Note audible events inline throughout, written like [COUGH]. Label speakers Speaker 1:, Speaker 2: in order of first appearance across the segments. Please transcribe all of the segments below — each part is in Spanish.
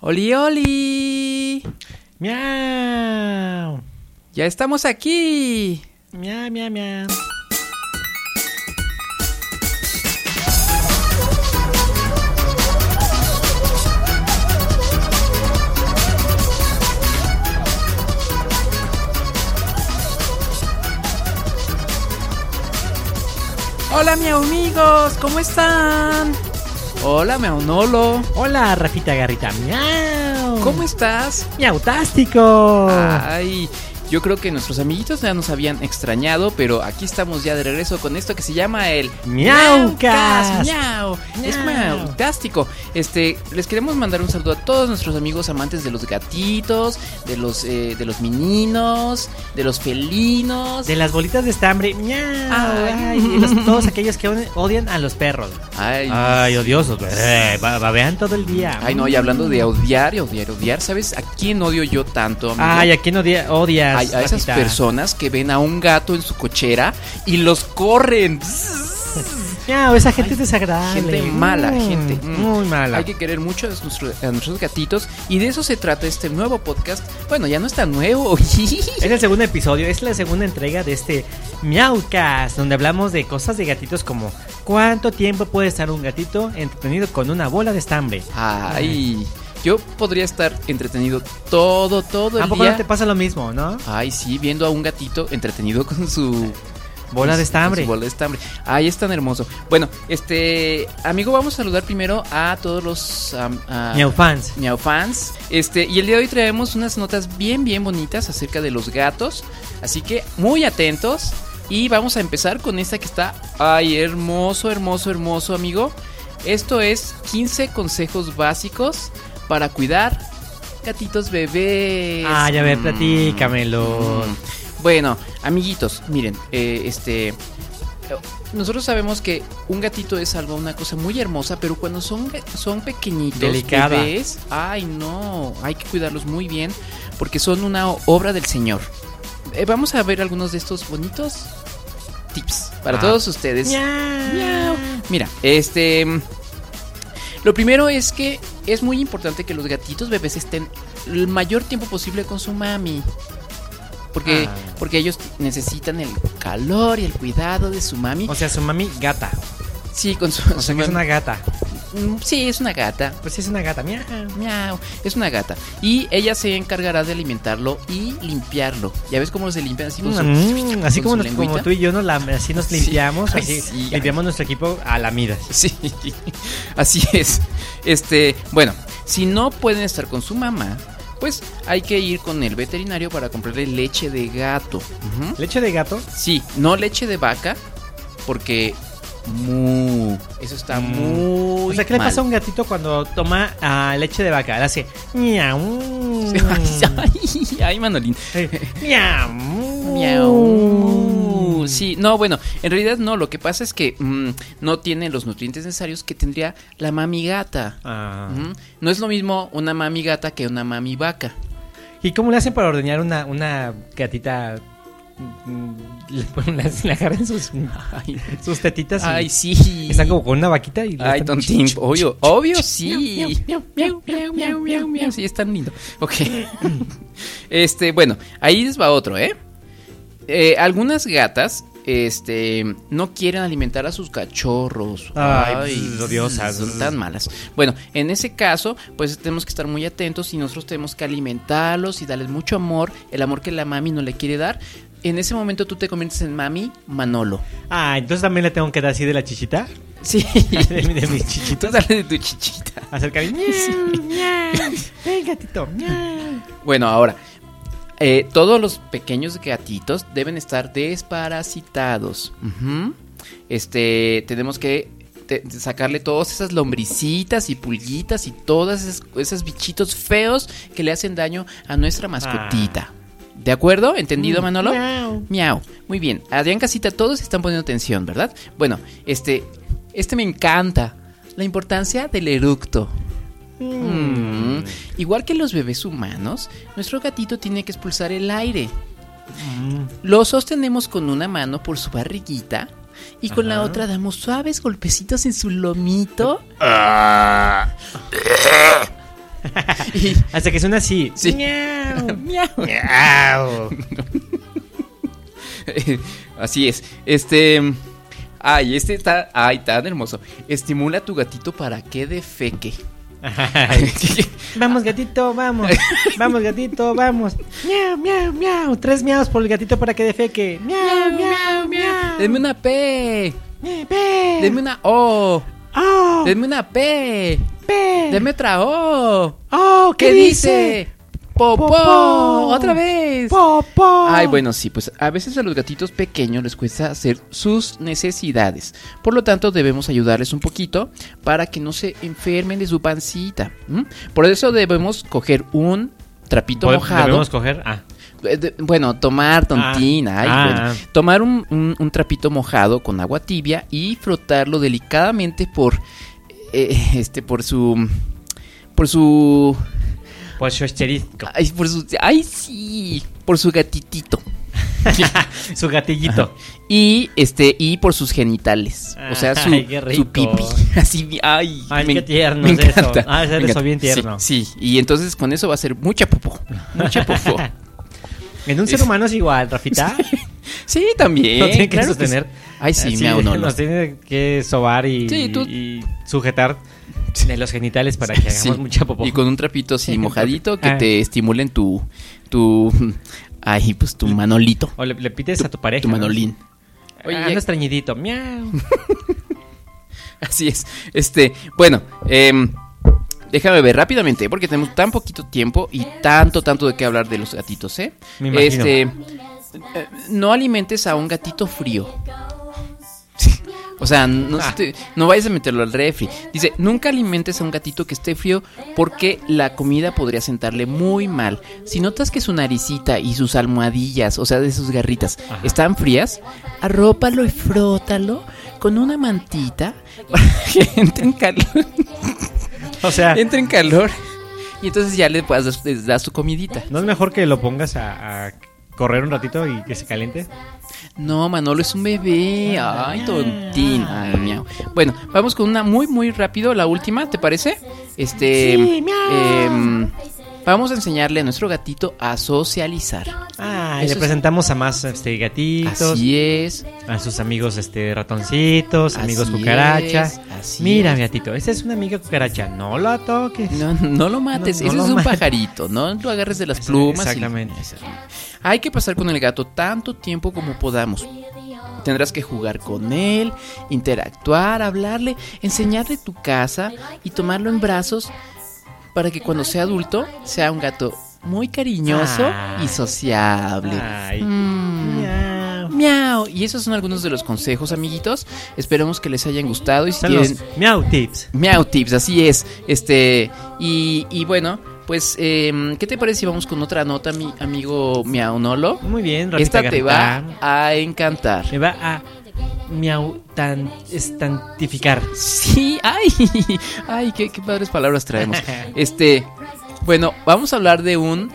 Speaker 1: ¡Oli, oli!
Speaker 2: Miau.
Speaker 1: ¡Ya estamos aquí!
Speaker 2: Miau, miau, miau.
Speaker 1: ¡Hola, mi amigos! ¿Cómo están? Hola, mi aunolo.
Speaker 2: Hola, Rafita Garrita. Miau.
Speaker 1: ¿Cómo Ah. estás?
Speaker 2: Miautástico.
Speaker 1: Ay, yo creo que nuestros amiguitos ya nos habían extrañado, pero aquí estamos ya de regreso con esto que se llama el
Speaker 2: Miaucas.
Speaker 1: Miau. Es
Speaker 2: Miau.
Speaker 1: fantástico. Este, les queremos mandar un saludo a todos nuestros amigos amantes de los gatitos, de los eh, de los mininos, de los felinos.
Speaker 2: De las bolitas de estambre. Miau.
Speaker 1: Ay.
Speaker 2: Ay, y los- todos aquellos que odian a los perros.
Speaker 1: Ay,
Speaker 2: Ay, odiosos. eh, ba- babean todo el día.
Speaker 1: Ay, no, y hablando de odiar y odiar, odiar, ¿sabes a quién odio yo tanto? amigo?
Speaker 2: Ay, ¿a quién odia- odias?
Speaker 1: Ay, a esas
Speaker 2: Rafita?
Speaker 1: personas que ven a un gato en su cochera y los corren.
Speaker 2: Miau, esa gente es desagradable.
Speaker 1: gente mala,
Speaker 2: Mm,
Speaker 1: gente, mm.
Speaker 2: Muy mala.
Speaker 1: Hay que querer mucho a, nuestro- a nuestros gatitos y de eso se trata este nuevo podcast. Bueno, ya no está nuevo. [LAUGHS]
Speaker 2: Es el segundo episodio, es la segunda entrega de este Miaucast, donde hablamos de cosas de gatitos como cuánto tiempo puede estar un gatito entretenido con una bola de estambre.
Speaker 1: Ay, yo podría estar entretenido todo, todo
Speaker 2: ¿A
Speaker 1: el
Speaker 2: poco
Speaker 1: día.
Speaker 2: no te pasa lo mismo, no?
Speaker 1: Ay, sí, viendo a un gatito entretenido con su
Speaker 2: Bola
Speaker 1: Con
Speaker 2: de
Speaker 1: su- con
Speaker 2: estambre.
Speaker 1: su bola de estambre. Ay, es tan hermoso. Bueno, este, amigo, vamos a saludar primero a todos los am, a-
Speaker 2: Miaufans.
Speaker 1: Miau fans. Este, y el día de hoy traemos unas notas bien, bien bonitas acerca de los gatos. Así que muy atentos. Y vamos a empezar con esta que está. Ay, hermoso, hermoso, hermoso, amigo. Esto es 15 consejos básicos para cuidar gatitos bebés.
Speaker 2: Ay, a ver,
Speaker 1: Mm.
Speaker 2: platícamelo.
Speaker 1: Mm. Bueno, amiguitos, miren, eh, este. Nosotros sabemos que un gatito es algo, una cosa muy hermosa, pero cuando son, ga- son pequeñitos,
Speaker 2: Delicada.
Speaker 1: bebés, ay no, hay que cuidarlos muy bien porque son una o- obra del Señor. Eh, vamos a ver algunos de estos bonitos tips para
Speaker 2: Ah.
Speaker 1: todos ustedes.
Speaker 2: Miau.
Speaker 1: Miau. Mira, este. Lo primero es que es muy importante que los gatitos bebés estén el mayor tiempo posible con su mami. Porque,
Speaker 2: Ah.
Speaker 1: porque ellos necesitan el calor y el cuidado de su mami.
Speaker 2: O sea, su mami gata.
Speaker 1: Sí, con su,
Speaker 2: O
Speaker 1: su
Speaker 2: sea, que es una
Speaker 1: mami.
Speaker 2: gata.
Speaker 1: Mm, Sí, es una gata.
Speaker 2: Pues sí, es una gata. Miau.
Speaker 1: Miau, es una gata. Y ella se encargará de alimentarlo y limpiarlo. Ya ves cómo se limpian así con su-
Speaker 2: Mm, así
Speaker 1: con
Speaker 2: como,
Speaker 1: su
Speaker 2: nos- como
Speaker 1: lengüita.
Speaker 2: tú y yo nos la- así nos
Speaker 1: Sí.
Speaker 2: limpiamos,
Speaker 1: Ay,
Speaker 2: así
Speaker 1: sí, ay.
Speaker 2: limpiamos nuestro equipo a la mida.
Speaker 1: [LAUGHS] Sí, así es. Este, bueno, si no pueden estar con su mamá, pues hay que ir con el veterinario para comprarle leche de gato. Ujú.
Speaker 2: Leche de gato.
Speaker 1: Sí, no leche de vaca, porque mu, eso está
Speaker 2: Mm.
Speaker 1: muy
Speaker 2: O sea, ¿qué le
Speaker 1: mal.
Speaker 2: pasa a un gatito cuando toma ah, leche de vaca? Le hace
Speaker 1: [LAUGHS]
Speaker 2: miau.
Speaker 1: Ay, ay, Manolín.
Speaker 2: Eh, miau.
Speaker 1: Miau. Mm. Sí, no, bueno, en realidad no, lo que pasa es que mm, no tiene los nutrientes necesarios que tendría la mami gata.
Speaker 2: Ah.
Speaker 1: Ujú. No es lo mismo una mami gata que una mami vaca.
Speaker 2: ¿Y cómo le hacen para ordeñar una, una gatita? Mm, Le ponen la, le agarran sus, [LAUGHS]
Speaker 1: Ay,
Speaker 2: sus tetitas y
Speaker 1: ay, sí.
Speaker 2: están como con una vaquita y la
Speaker 1: Ay,
Speaker 2: están-
Speaker 1: tontín. Obvio, obvio, sí.
Speaker 2: Miau,
Speaker 1: Miau, miau, miau, miau, miau. Sí, es tan lindo. Ok. [LAUGHS] Este, bueno, ahí les va otro, ¿eh? Eh, algunas gatas, este, no quieren alimentar a sus cachorros.
Speaker 2: Ay, pues, odiosas.
Speaker 1: Son tan malas. Bueno, en ese caso, pues tenemos que estar muy atentos y nosotros tenemos que alimentarlos y darles mucho amor, el amor que la mami no le quiere dar. En ese momento tú te conviertes en mami Manolo.
Speaker 2: Ah, entonces también le tengo que dar así de la chichita.
Speaker 1: Sí.
Speaker 2: [LAUGHS] De, mi- de
Speaker 1: [LAUGHS]
Speaker 2: mis
Speaker 1: Tú
Speaker 2: chichitos.
Speaker 1: dale de tu chichita.
Speaker 2: Acercar y miau, miau. Ven, gatito, miau.
Speaker 1: Bueno, ahora, eh, todos los pequeños gatitos deben estar desparasitados. Ujú. Este, tenemos que te- sacarle todas esas lombricitas y pulguitas y todas esas, esos bichitos feos que le hacen daño a nuestra mascotita. ¿De acuerdo?
Speaker 2: Mm.
Speaker 1: ¿Entendido, Manolo?
Speaker 2: Miau.
Speaker 1: Miau. Muy bien. Adrián Casita, todos están poniendo atención, ¿verdad? Bueno, este, este me encanta. La importancia del eructo. Mm. Igual que los bebés humanos, nuestro gatito tiene que expulsar el aire.
Speaker 2: Mm.
Speaker 1: Lo sostenemos con una mano por su barriguita y con la
Speaker 2: Ajá.
Speaker 1: otra damos suaves golpecitos en su lomito. [LAUGHS] Y-
Speaker 2: Hasta que suena así.
Speaker 1: Sí.
Speaker 2: Miau, miau, miau.
Speaker 1: eh, Así es. Este. Ay, este está. Ay, tan hermoso. Estimula a tu gatito para que defeque.
Speaker 2: [LAUGHS] Vamos, gatito, vamos. Vamos, gatito, vamos. Miau, miau, miau. Tres miaos por el gatito para que defeque. Miau, miau,
Speaker 1: [LAUGHS]
Speaker 2: miau.
Speaker 1: Deme una P.
Speaker 2: Eh, ve.
Speaker 1: Deme una O.
Speaker 2: Oh,
Speaker 1: Deme una P.
Speaker 2: ve.
Speaker 1: Deme otra O.
Speaker 2: Oh, ¿qué, dice?
Speaker 1: Popó.
Speaker 2: Popó.
Speaker 1: Otra vez.
Speaker 2: Popó.
Speaker 1: Ay, bueno, sí, pues a veces a los gatitos pequeños les cuesta hacer sus necesidades. Por lo tanto, debemos ayudarles un poquito para que no se enfermen de su pancita. ¿m? Por eso debemos coger un trapito
Speaker 2: Podemos-
Speaker 1: mojado.
Speaker 2: Pues, Debemos coger. Ah,
Speaker 1: Eh, de- Bueno, tomar tontina. ay,
Speaker 2: Ah,
Speaker 1: bueno.
Speaker 2: ah.
Speaker 1: Tomar un, un- un trapito mojado con agua tibia y frotarlo delicadamente por eh, este, por su, por su,
Speaker 2: pues yo asterisco.
Speaker 1: ay, por su, ay sí, por su gatitito.
Speaker 2: Su gatillito.
Speaker 1: Y este, y por sus genitales. O
Speaker 2: [LAUGHS]
Speaker 1: sea, su,
Speaker 2: Ay, qué rico.
Speaker 1: su pipi. [LAUGHS] Así, ay,
Speaker 2: Ay, qué tierno
Speaker 1: me
Speaker 2: es eso.
Speaker 1: encanta,
Speaker 2: Ah, es
Speaker 1: me
Speaker 2: eso
Speaker 1: encanta.
Speaker 2: bien
Speaker 1: Sí,
Speaker 2: tierno.
Speaker 1: Sí, y entonces con eso va a ser mucha popó.
Speaker 2: [LAUGHS]
Speaker 1: Mucha popó.
Speaker 2: En un ser
Speaker 1: Es-
Speaker 2: humano es igual, Rafita.
Speaker 1: [LAUGHS] Sí, también.
Speaker 2: Lo tiene que
Speaker 1: claro sí.
Speaker 2: sostener. Ah,
Speaker 1: Ay, sí,
Speaker 2: Así,
Speaker 1: me
Speaker 2: [LAUGHS]
Speaker 1: no, no.
Speaker 2: Nos tiene que sobar y,
Speaker 1: Sí, tú-
Speaker 2: y sujetar de los genitales para que hagamos
Speaker 1: Sí,
Speaker 2: mucha popó.
Speaker 1: Y con un trapito
Speaker 2: [LAUGHS]
Speaker 1: así mojadito que
Speaker 2: Ah.
Speaker 1: te estimulen tu. tu. Ay, pues tu manolito.
Speaker 2: O le, le pides a tu pareja.
Speaker 1: Tu
Speaker 2: ¿no?
Speaker 1: manolín.
Speaker 2: Oye,
Speaker 1: Oye,
Speaker 2: ah,
Speaker 1: ya-
Speaker 2: no estreñidito.
Speaker 1: [LAUGHS]
Speaker 2: Miau.
Speaker 1: Así es. Este, bueno, em, déjame ver rápidamente, porque tenemos tan poquito tiempo y tanto, tanto de qué hablar de los gatitos, ¿eh?
Speaker 2: Me imagino.
Speaker 1: Este, eh, no alimentes a un gatito frío. O sea, no,
Speaker 2: Ah.
Speaker 1: se te- no vayas a meterlo al refri. Dice, nunca alimentes a un gatito que esté frío porque la comida podría sentarle muy mal. Si notas que su naricita y sus almohadillas, o sea, de sus garritas,
Speaker 2: Ajá.
Speaker 1: están frías, arrópalo y frótalo con una [LAUGHS] mantita para que entre en calor,
Speaker 2: O sea,
Speaker 1: entre en calor y entonces ya le puedas dar- les das su comidita.
Speaker 2: ¿no es mejor que lo pongas a, a correr un ratito y que se caliente?
Speaker 1: No, Manolo es un bebé. Ay, tontín. Ay, miau. Bueno, vamos con una muy, muy rápido, la última, ¿te parece? Este.
Speaker 2: Sí, miau.
Speaker 1: em, vamos a enseñarle a nuestro gatito a socializar.
Speaker 2: Ah, y
Speaker 1: Eso
Speaker 2: le
Speaker 1: es-
Speaker 2: presentamos a más este, gatitos,
Speaker 1: Así es.
Speaker 2: a sus amigos este ratoncitos, amigos
Speaker 1: así
Speaker 2: cucarachas.
Speaker 1: es, así
Speaker 2: Mira,
Speaker 1: es.
Speaker 2: gatito, esta es una amiga cucaracha, no la toques.
Speaker 1: No, no lo mates,
Speaker 2: No, no
Speaker 1: ese
Speaker 2: lo
Speaker 1: es un
Speaker 2: mates.
Speaker 1: pajarito, no lo agarres de las
Speaker 2: Sí,
Speaker 1: plumas. y-
Speaker 2: exactamente.
Speaker 1: Hay que pasar con el gato tanto tiempo como podamos. Tendrás que jugar con él, interactuar, hablarle, enseñarle tu casa y tomarlo en brazos para que cuando sea adulto sea un gato muy cariñoso
Speaker 2: Ay.
Speaker 1: y sociable.
Speaker 2: Ah. Ay.
Speaker 1: Mm.
Speaker 2: Miau.
Speaker 1: Miau. Y esos son algunos de los consejos, amiguitos. Esperemos que les hayan gustado y si
Speaker 2: Son
Speaker 1: tienen...
Speaker 2: los miau tips.
Speaker 1: Miau Tips, así es. Este, y, y bueno, pues, em, ¿qué te parece si vamos con otra nota, mi amigo Miau Nolo?
Speaker 2: Muy bien, Rafita
Speaker 1: Esta te va
Speaker 2: Garita.
Speaker 1: a encantar.
Speaker 2: Me va a miau tan estantificar.
Speaker 1: Sí, ay, [LAUGHS] ay, qué, qué padres palabras traemos.
Speaker 2: [LAUGHS]
Speaker 1: Este, bueno, vamos a hablar de un,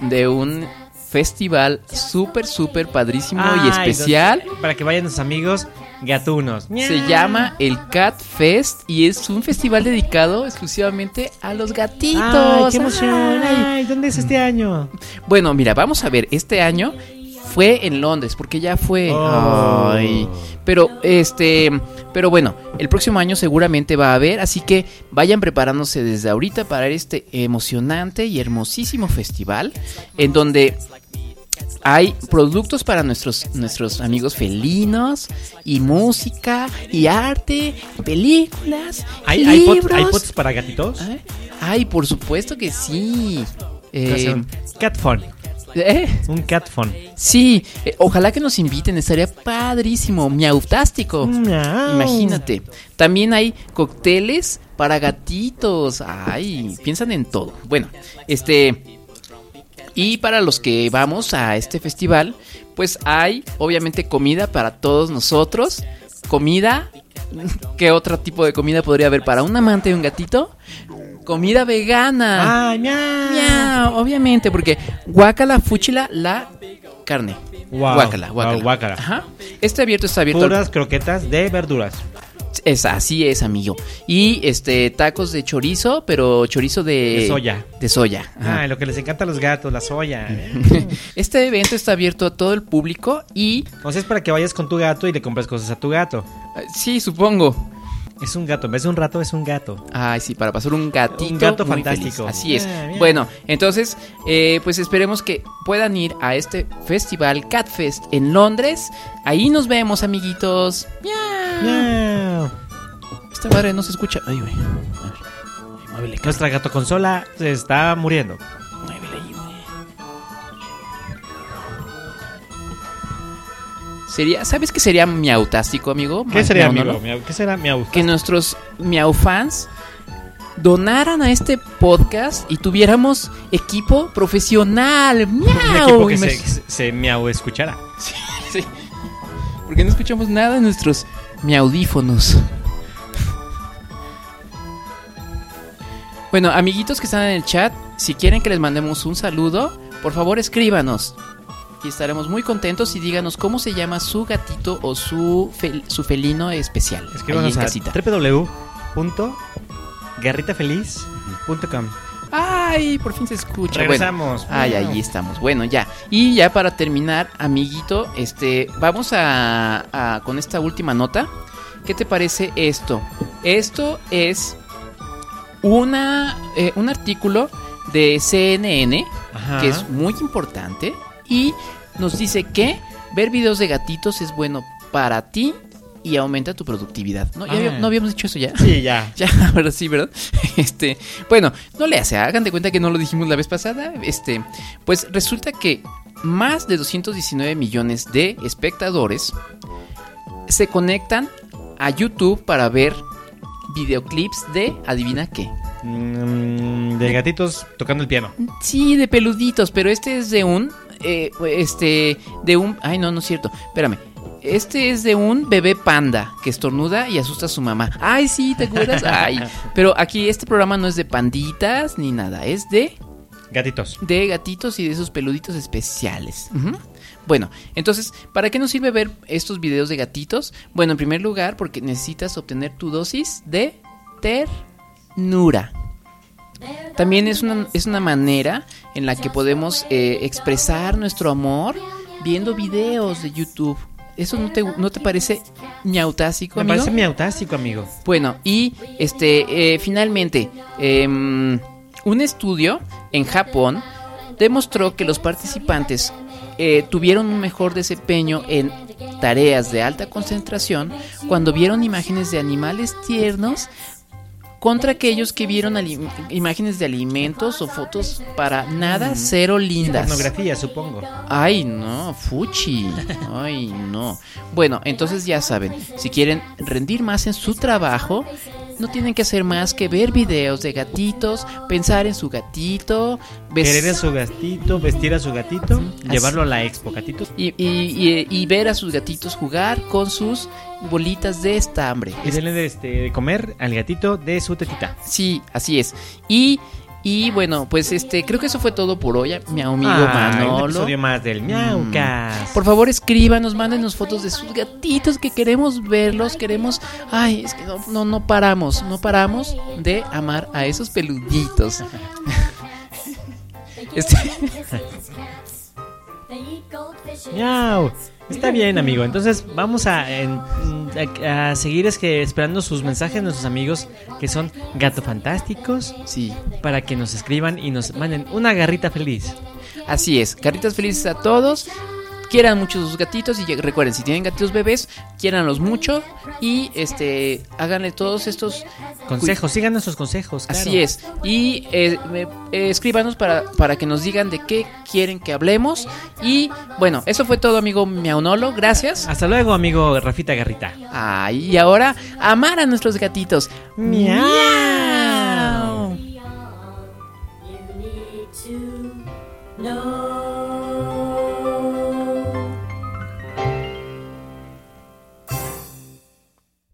Speaker 1: de un festival súper, súper padrísimo y
Speaker 2: Ay,
Speaker 1: especial.
Speaker 2: los- para que vayan los amigos gatunos.
Speaker 1: Se llama el Cat Fest y es un festival dedicado exclusivamente a los gatitos.
Speaker 2: Ay, qué emoción.
Speaker 1: Ay.
Speaker 2: Ay, ¿dónde es este año?
Speaker 1: Bueno, mira, vamos a ver, este año fue en Londres, porque ya fue.
Speaker 2: Oh.
Speaker 1: Ay. Pero, este, pero bueno, el próximo año seguramente va a haber, así que vayan preparándose desde ahorita para este emocionante y hermosísimo festival, en donde hay productos para nuestros, nuestros amigos felinos, y música, y arte, y películas,
Speaker 2: ¿Hay,
Speaker 1: y
Speaker 2: hay, pod-
Speaker 1: libros.
Speaker 2: hay pods para gatitos?
Speaker 1: ¿Eh? Ay, por supuesto que sí. Eh,
Speaker 2: Cat phone.
Speaker 1: ¿eh?
Speaker 2: Un cat phone.
Speaker 1: Sí, eh, ojalá que nos inviten, estaría padrísimo, miautástico. Oh,
Speaker 2: Mm.
Speaker 1: Imagínate. También hay cócteles para gatitos. Ay, piensan en todo. Bueno, este y para los que vamos a este festival, pues hay obviamente comida para todos nosotros, comida ¿Qué otro tipo de comida podría haber para un amante de un gatito? Comida vegana.
Speaker 2: Ay, miau.
Speaker 1: Miau, obviamente, porque guácala, fúchila, la carne.
Speaker 2: Wow.
Speaker 1: Guácala,
Speaker 2: Wow,
Speaker 1: guácala.
Speaker 2: guácala.
Speaker 1: Ajá. Este abierto está abierto. al-
Speaker 2: Puras croquetas de verduras.
Speaker 1: Es, así es, amigo. Y este tacos de chorizo, pero chorizo de,
Speaker 2: De soya.
Speaker 1: De soya. ajá.
Speaker 2: Ah, lo que les encanta a los gatos, la soya. ¿eh? [LAUGHS]
Speaker 1: Este evento está abierto a todo el público y
Speaker 2: Entonces, para que vayas con tu gato y le compres cosas a tu gato.
Speaker 1: eh, sí, supongo.
Speaker 2: Es un gato, en vez de un rato es un gato.
Speaker 1: Ay, sí, para pasar un gatito.
Speaker 2: Un gato
Speaker 1: muy feliz.
Speaker 2: fantástico.
Speaker 1: Así es.
Speaker 2: Ah, bien.
Speaker 1: bueno, entonces, eh, pues esperemos que puedan ir a este festival Catfest en Londres. Ahí nos vemos, amiguitos. Miau.
Speaker 2: Miau.
Speaker 1: Esta madre no se escucha. Ay, güey. A ver. Ay, Muévele, ca-
Speaker 2: Nuestra gato consola se está muriendo.
Speaker 1: muévele ahí, güey. Sería, ¿sabes qué sería miautástico, amigo?
Speaker 2: ¿Qué
Speaker 1: Ma-
Speaker 2: sería,
Speaker 1: miau, no,
Speaker 2: amigo?
Speaker 1: no.
Speaker 2: Miau, ¿Qué será, miau?
Speaker 1: que nuestros Miau fans donaran a este podcast y tuviéramos equipo profesional.
Speaker 2: Un
Speaker 1: Miau.
Speaker 2: equipo que se,
Speaker 1: Imag-
Speaker 2: se- se miau escuchara.
Speaker 1: Sí. Porque no escuchamos nada de nuestros miaudífonos. Bueno, amiguitos que están en el chat, si quieren que les mandemos un saludo, por favor escríbanos. Y estaremos muy contentos y díganos cómo se llama su gatito o su, fel- su felino especial. ahí
Speaker 2: Escríbanos
Speaker 1: en
Speaker 2: a
Speaker 1: casita.
Speaker 2: www.garritafeliz.com.
Speaker 1: Ay, por fin se escucha. Bueno,
Speaker 2: Regresamos.
Speaker 1: Ay,
Speaker 2: Miau.
Speaker 1: ahí estamos. Bueno, ya. Y ya para terminar, amiguito, este, vamos a, a- con esta última nota. ¿Qué te parece esto? Esto es una, eh, un artículo de CNN
Speaker 2: Ajá.
Speaker 1: que es muy importante y nos dice que ver videos de gatitos es bueno para ti y aumenta tu productividad. No, ya
Speaker 2: Ah.
Speaker 1: había- no habíamos dicho eso ya.
Speaker 2: Sí, ya.
Speaker 1: [LAUGHS] Ya, ahora sí, ¿verdad? Este, bueno, no le hace, hagan de cuenta que no lo dijimos la vez pasada. Este, pues resulta que más de 219 millones de espectadores se conectan a YouTube para ver videoclips de adivina qué.
Speaker 2: Mm, de gatitos tocando el piano.
Speaker 1: Sí, de peluditos, pero este es de un eh, este de un ay no, no es cierto. Espérame. Este es de un bebé panda que estornuda y asusta a su mamá. Ay, sí, ¿te acuerdas? Ay, pero aquí este programa no es de panditas ni nada, es de
Speaker 2: Gatitos.
Speaker 1: de gatitos y de esos peluditos especiales. Ujú. Bueno, entonces, ¿para qué nos sirve ver estos videos de gatitos? Bueno, en primer lugar, porque necesitas obtener tu dosis de ternura. También es una, es una manera en la que podemos eh, expresar nuestro amor viendo videos de YouTube. ¿Eso no te, no te parece ñautásico,
Speaker 2: Me
Speaker 1: amigo?
Speaker 2: parece miautástico, amigo.
Speaker 1: Bueno, y este, eh, finalmente, em, un estudio en Japón demostró que los participantes eh, tuvieron un mejor desempeño en tareas de alta concentración cuando vieron imágenes de animales tiernos contra aquellos que vieron ali- imágenes de alimentos o fotos para nada cero lindas.
Speaker 2: Pornografía, supongo.
Speaker 1: Ay, no, fuchi. Ay, no. Bueno, entonces ya saben, si quieren rendir más en su trabajo, no tienen que hacer más que ver videos de gatitos, pensar en su gatito, bes-
Speaker 2: Querer a su gatito, vestir a su gatito,
Speaker 1: Pues Así.
Speaker 2: llevarlo a la expo, gatitos.
Speaker 1: y, y- y- y ver a sus gatitos jugar con sus bolitas de estambre.
Speaker 2: Y denle de, este, de comer al gatito de su tetita.
Speaker 1: Sí, así es. Y, y bueno, pues este, creo que eso fue todo por hoy, mi amigo
Speaker 2: Ah, Un
Speaker 1: Manolo. Mm.
Speaker 2: episodio más del Miaucas.
Speaker 1: Por favor, escríbanos, mándenos fotos de sus gatitos que queremos verlos, queremos... Ay, es que no, no, no paramos, no paramos de amar a esos peluditos. Este,
Speaker 2: Miau. Está bien, amigo. Entonces vamos a, en- a- a seguir es que esperando sus mensajes de nuestros amigos que son gato fantásticos
Speaker 1: sí,
Speaker 2: para que nos escriban y nos manden una garrita feliz.
Speaker 1: así es. Carritas felices a todos. Quieran mucho sus gatitos y recuerden, si tienen gatitos bebés, quiéranlos mucho y este háganle todos estos
Speaker 2: Consejos, sigan nuestros consejos. claro.
Speaker 1: Así es. Y eh, me- eh, escríbanos para, para que nos digan de qué quieren que hablemos. Y bueno, eso fue todo, amigo Miaunolo. Gracias.
Speaker 2: Hasta luego, amigo Rafita Garrita.
Speaker 1: Ah, y ahora, amar a nuestros gatitos.
Speaker 2: Miau.
Speaker 1: Miau.
Speaker 3: You need to know.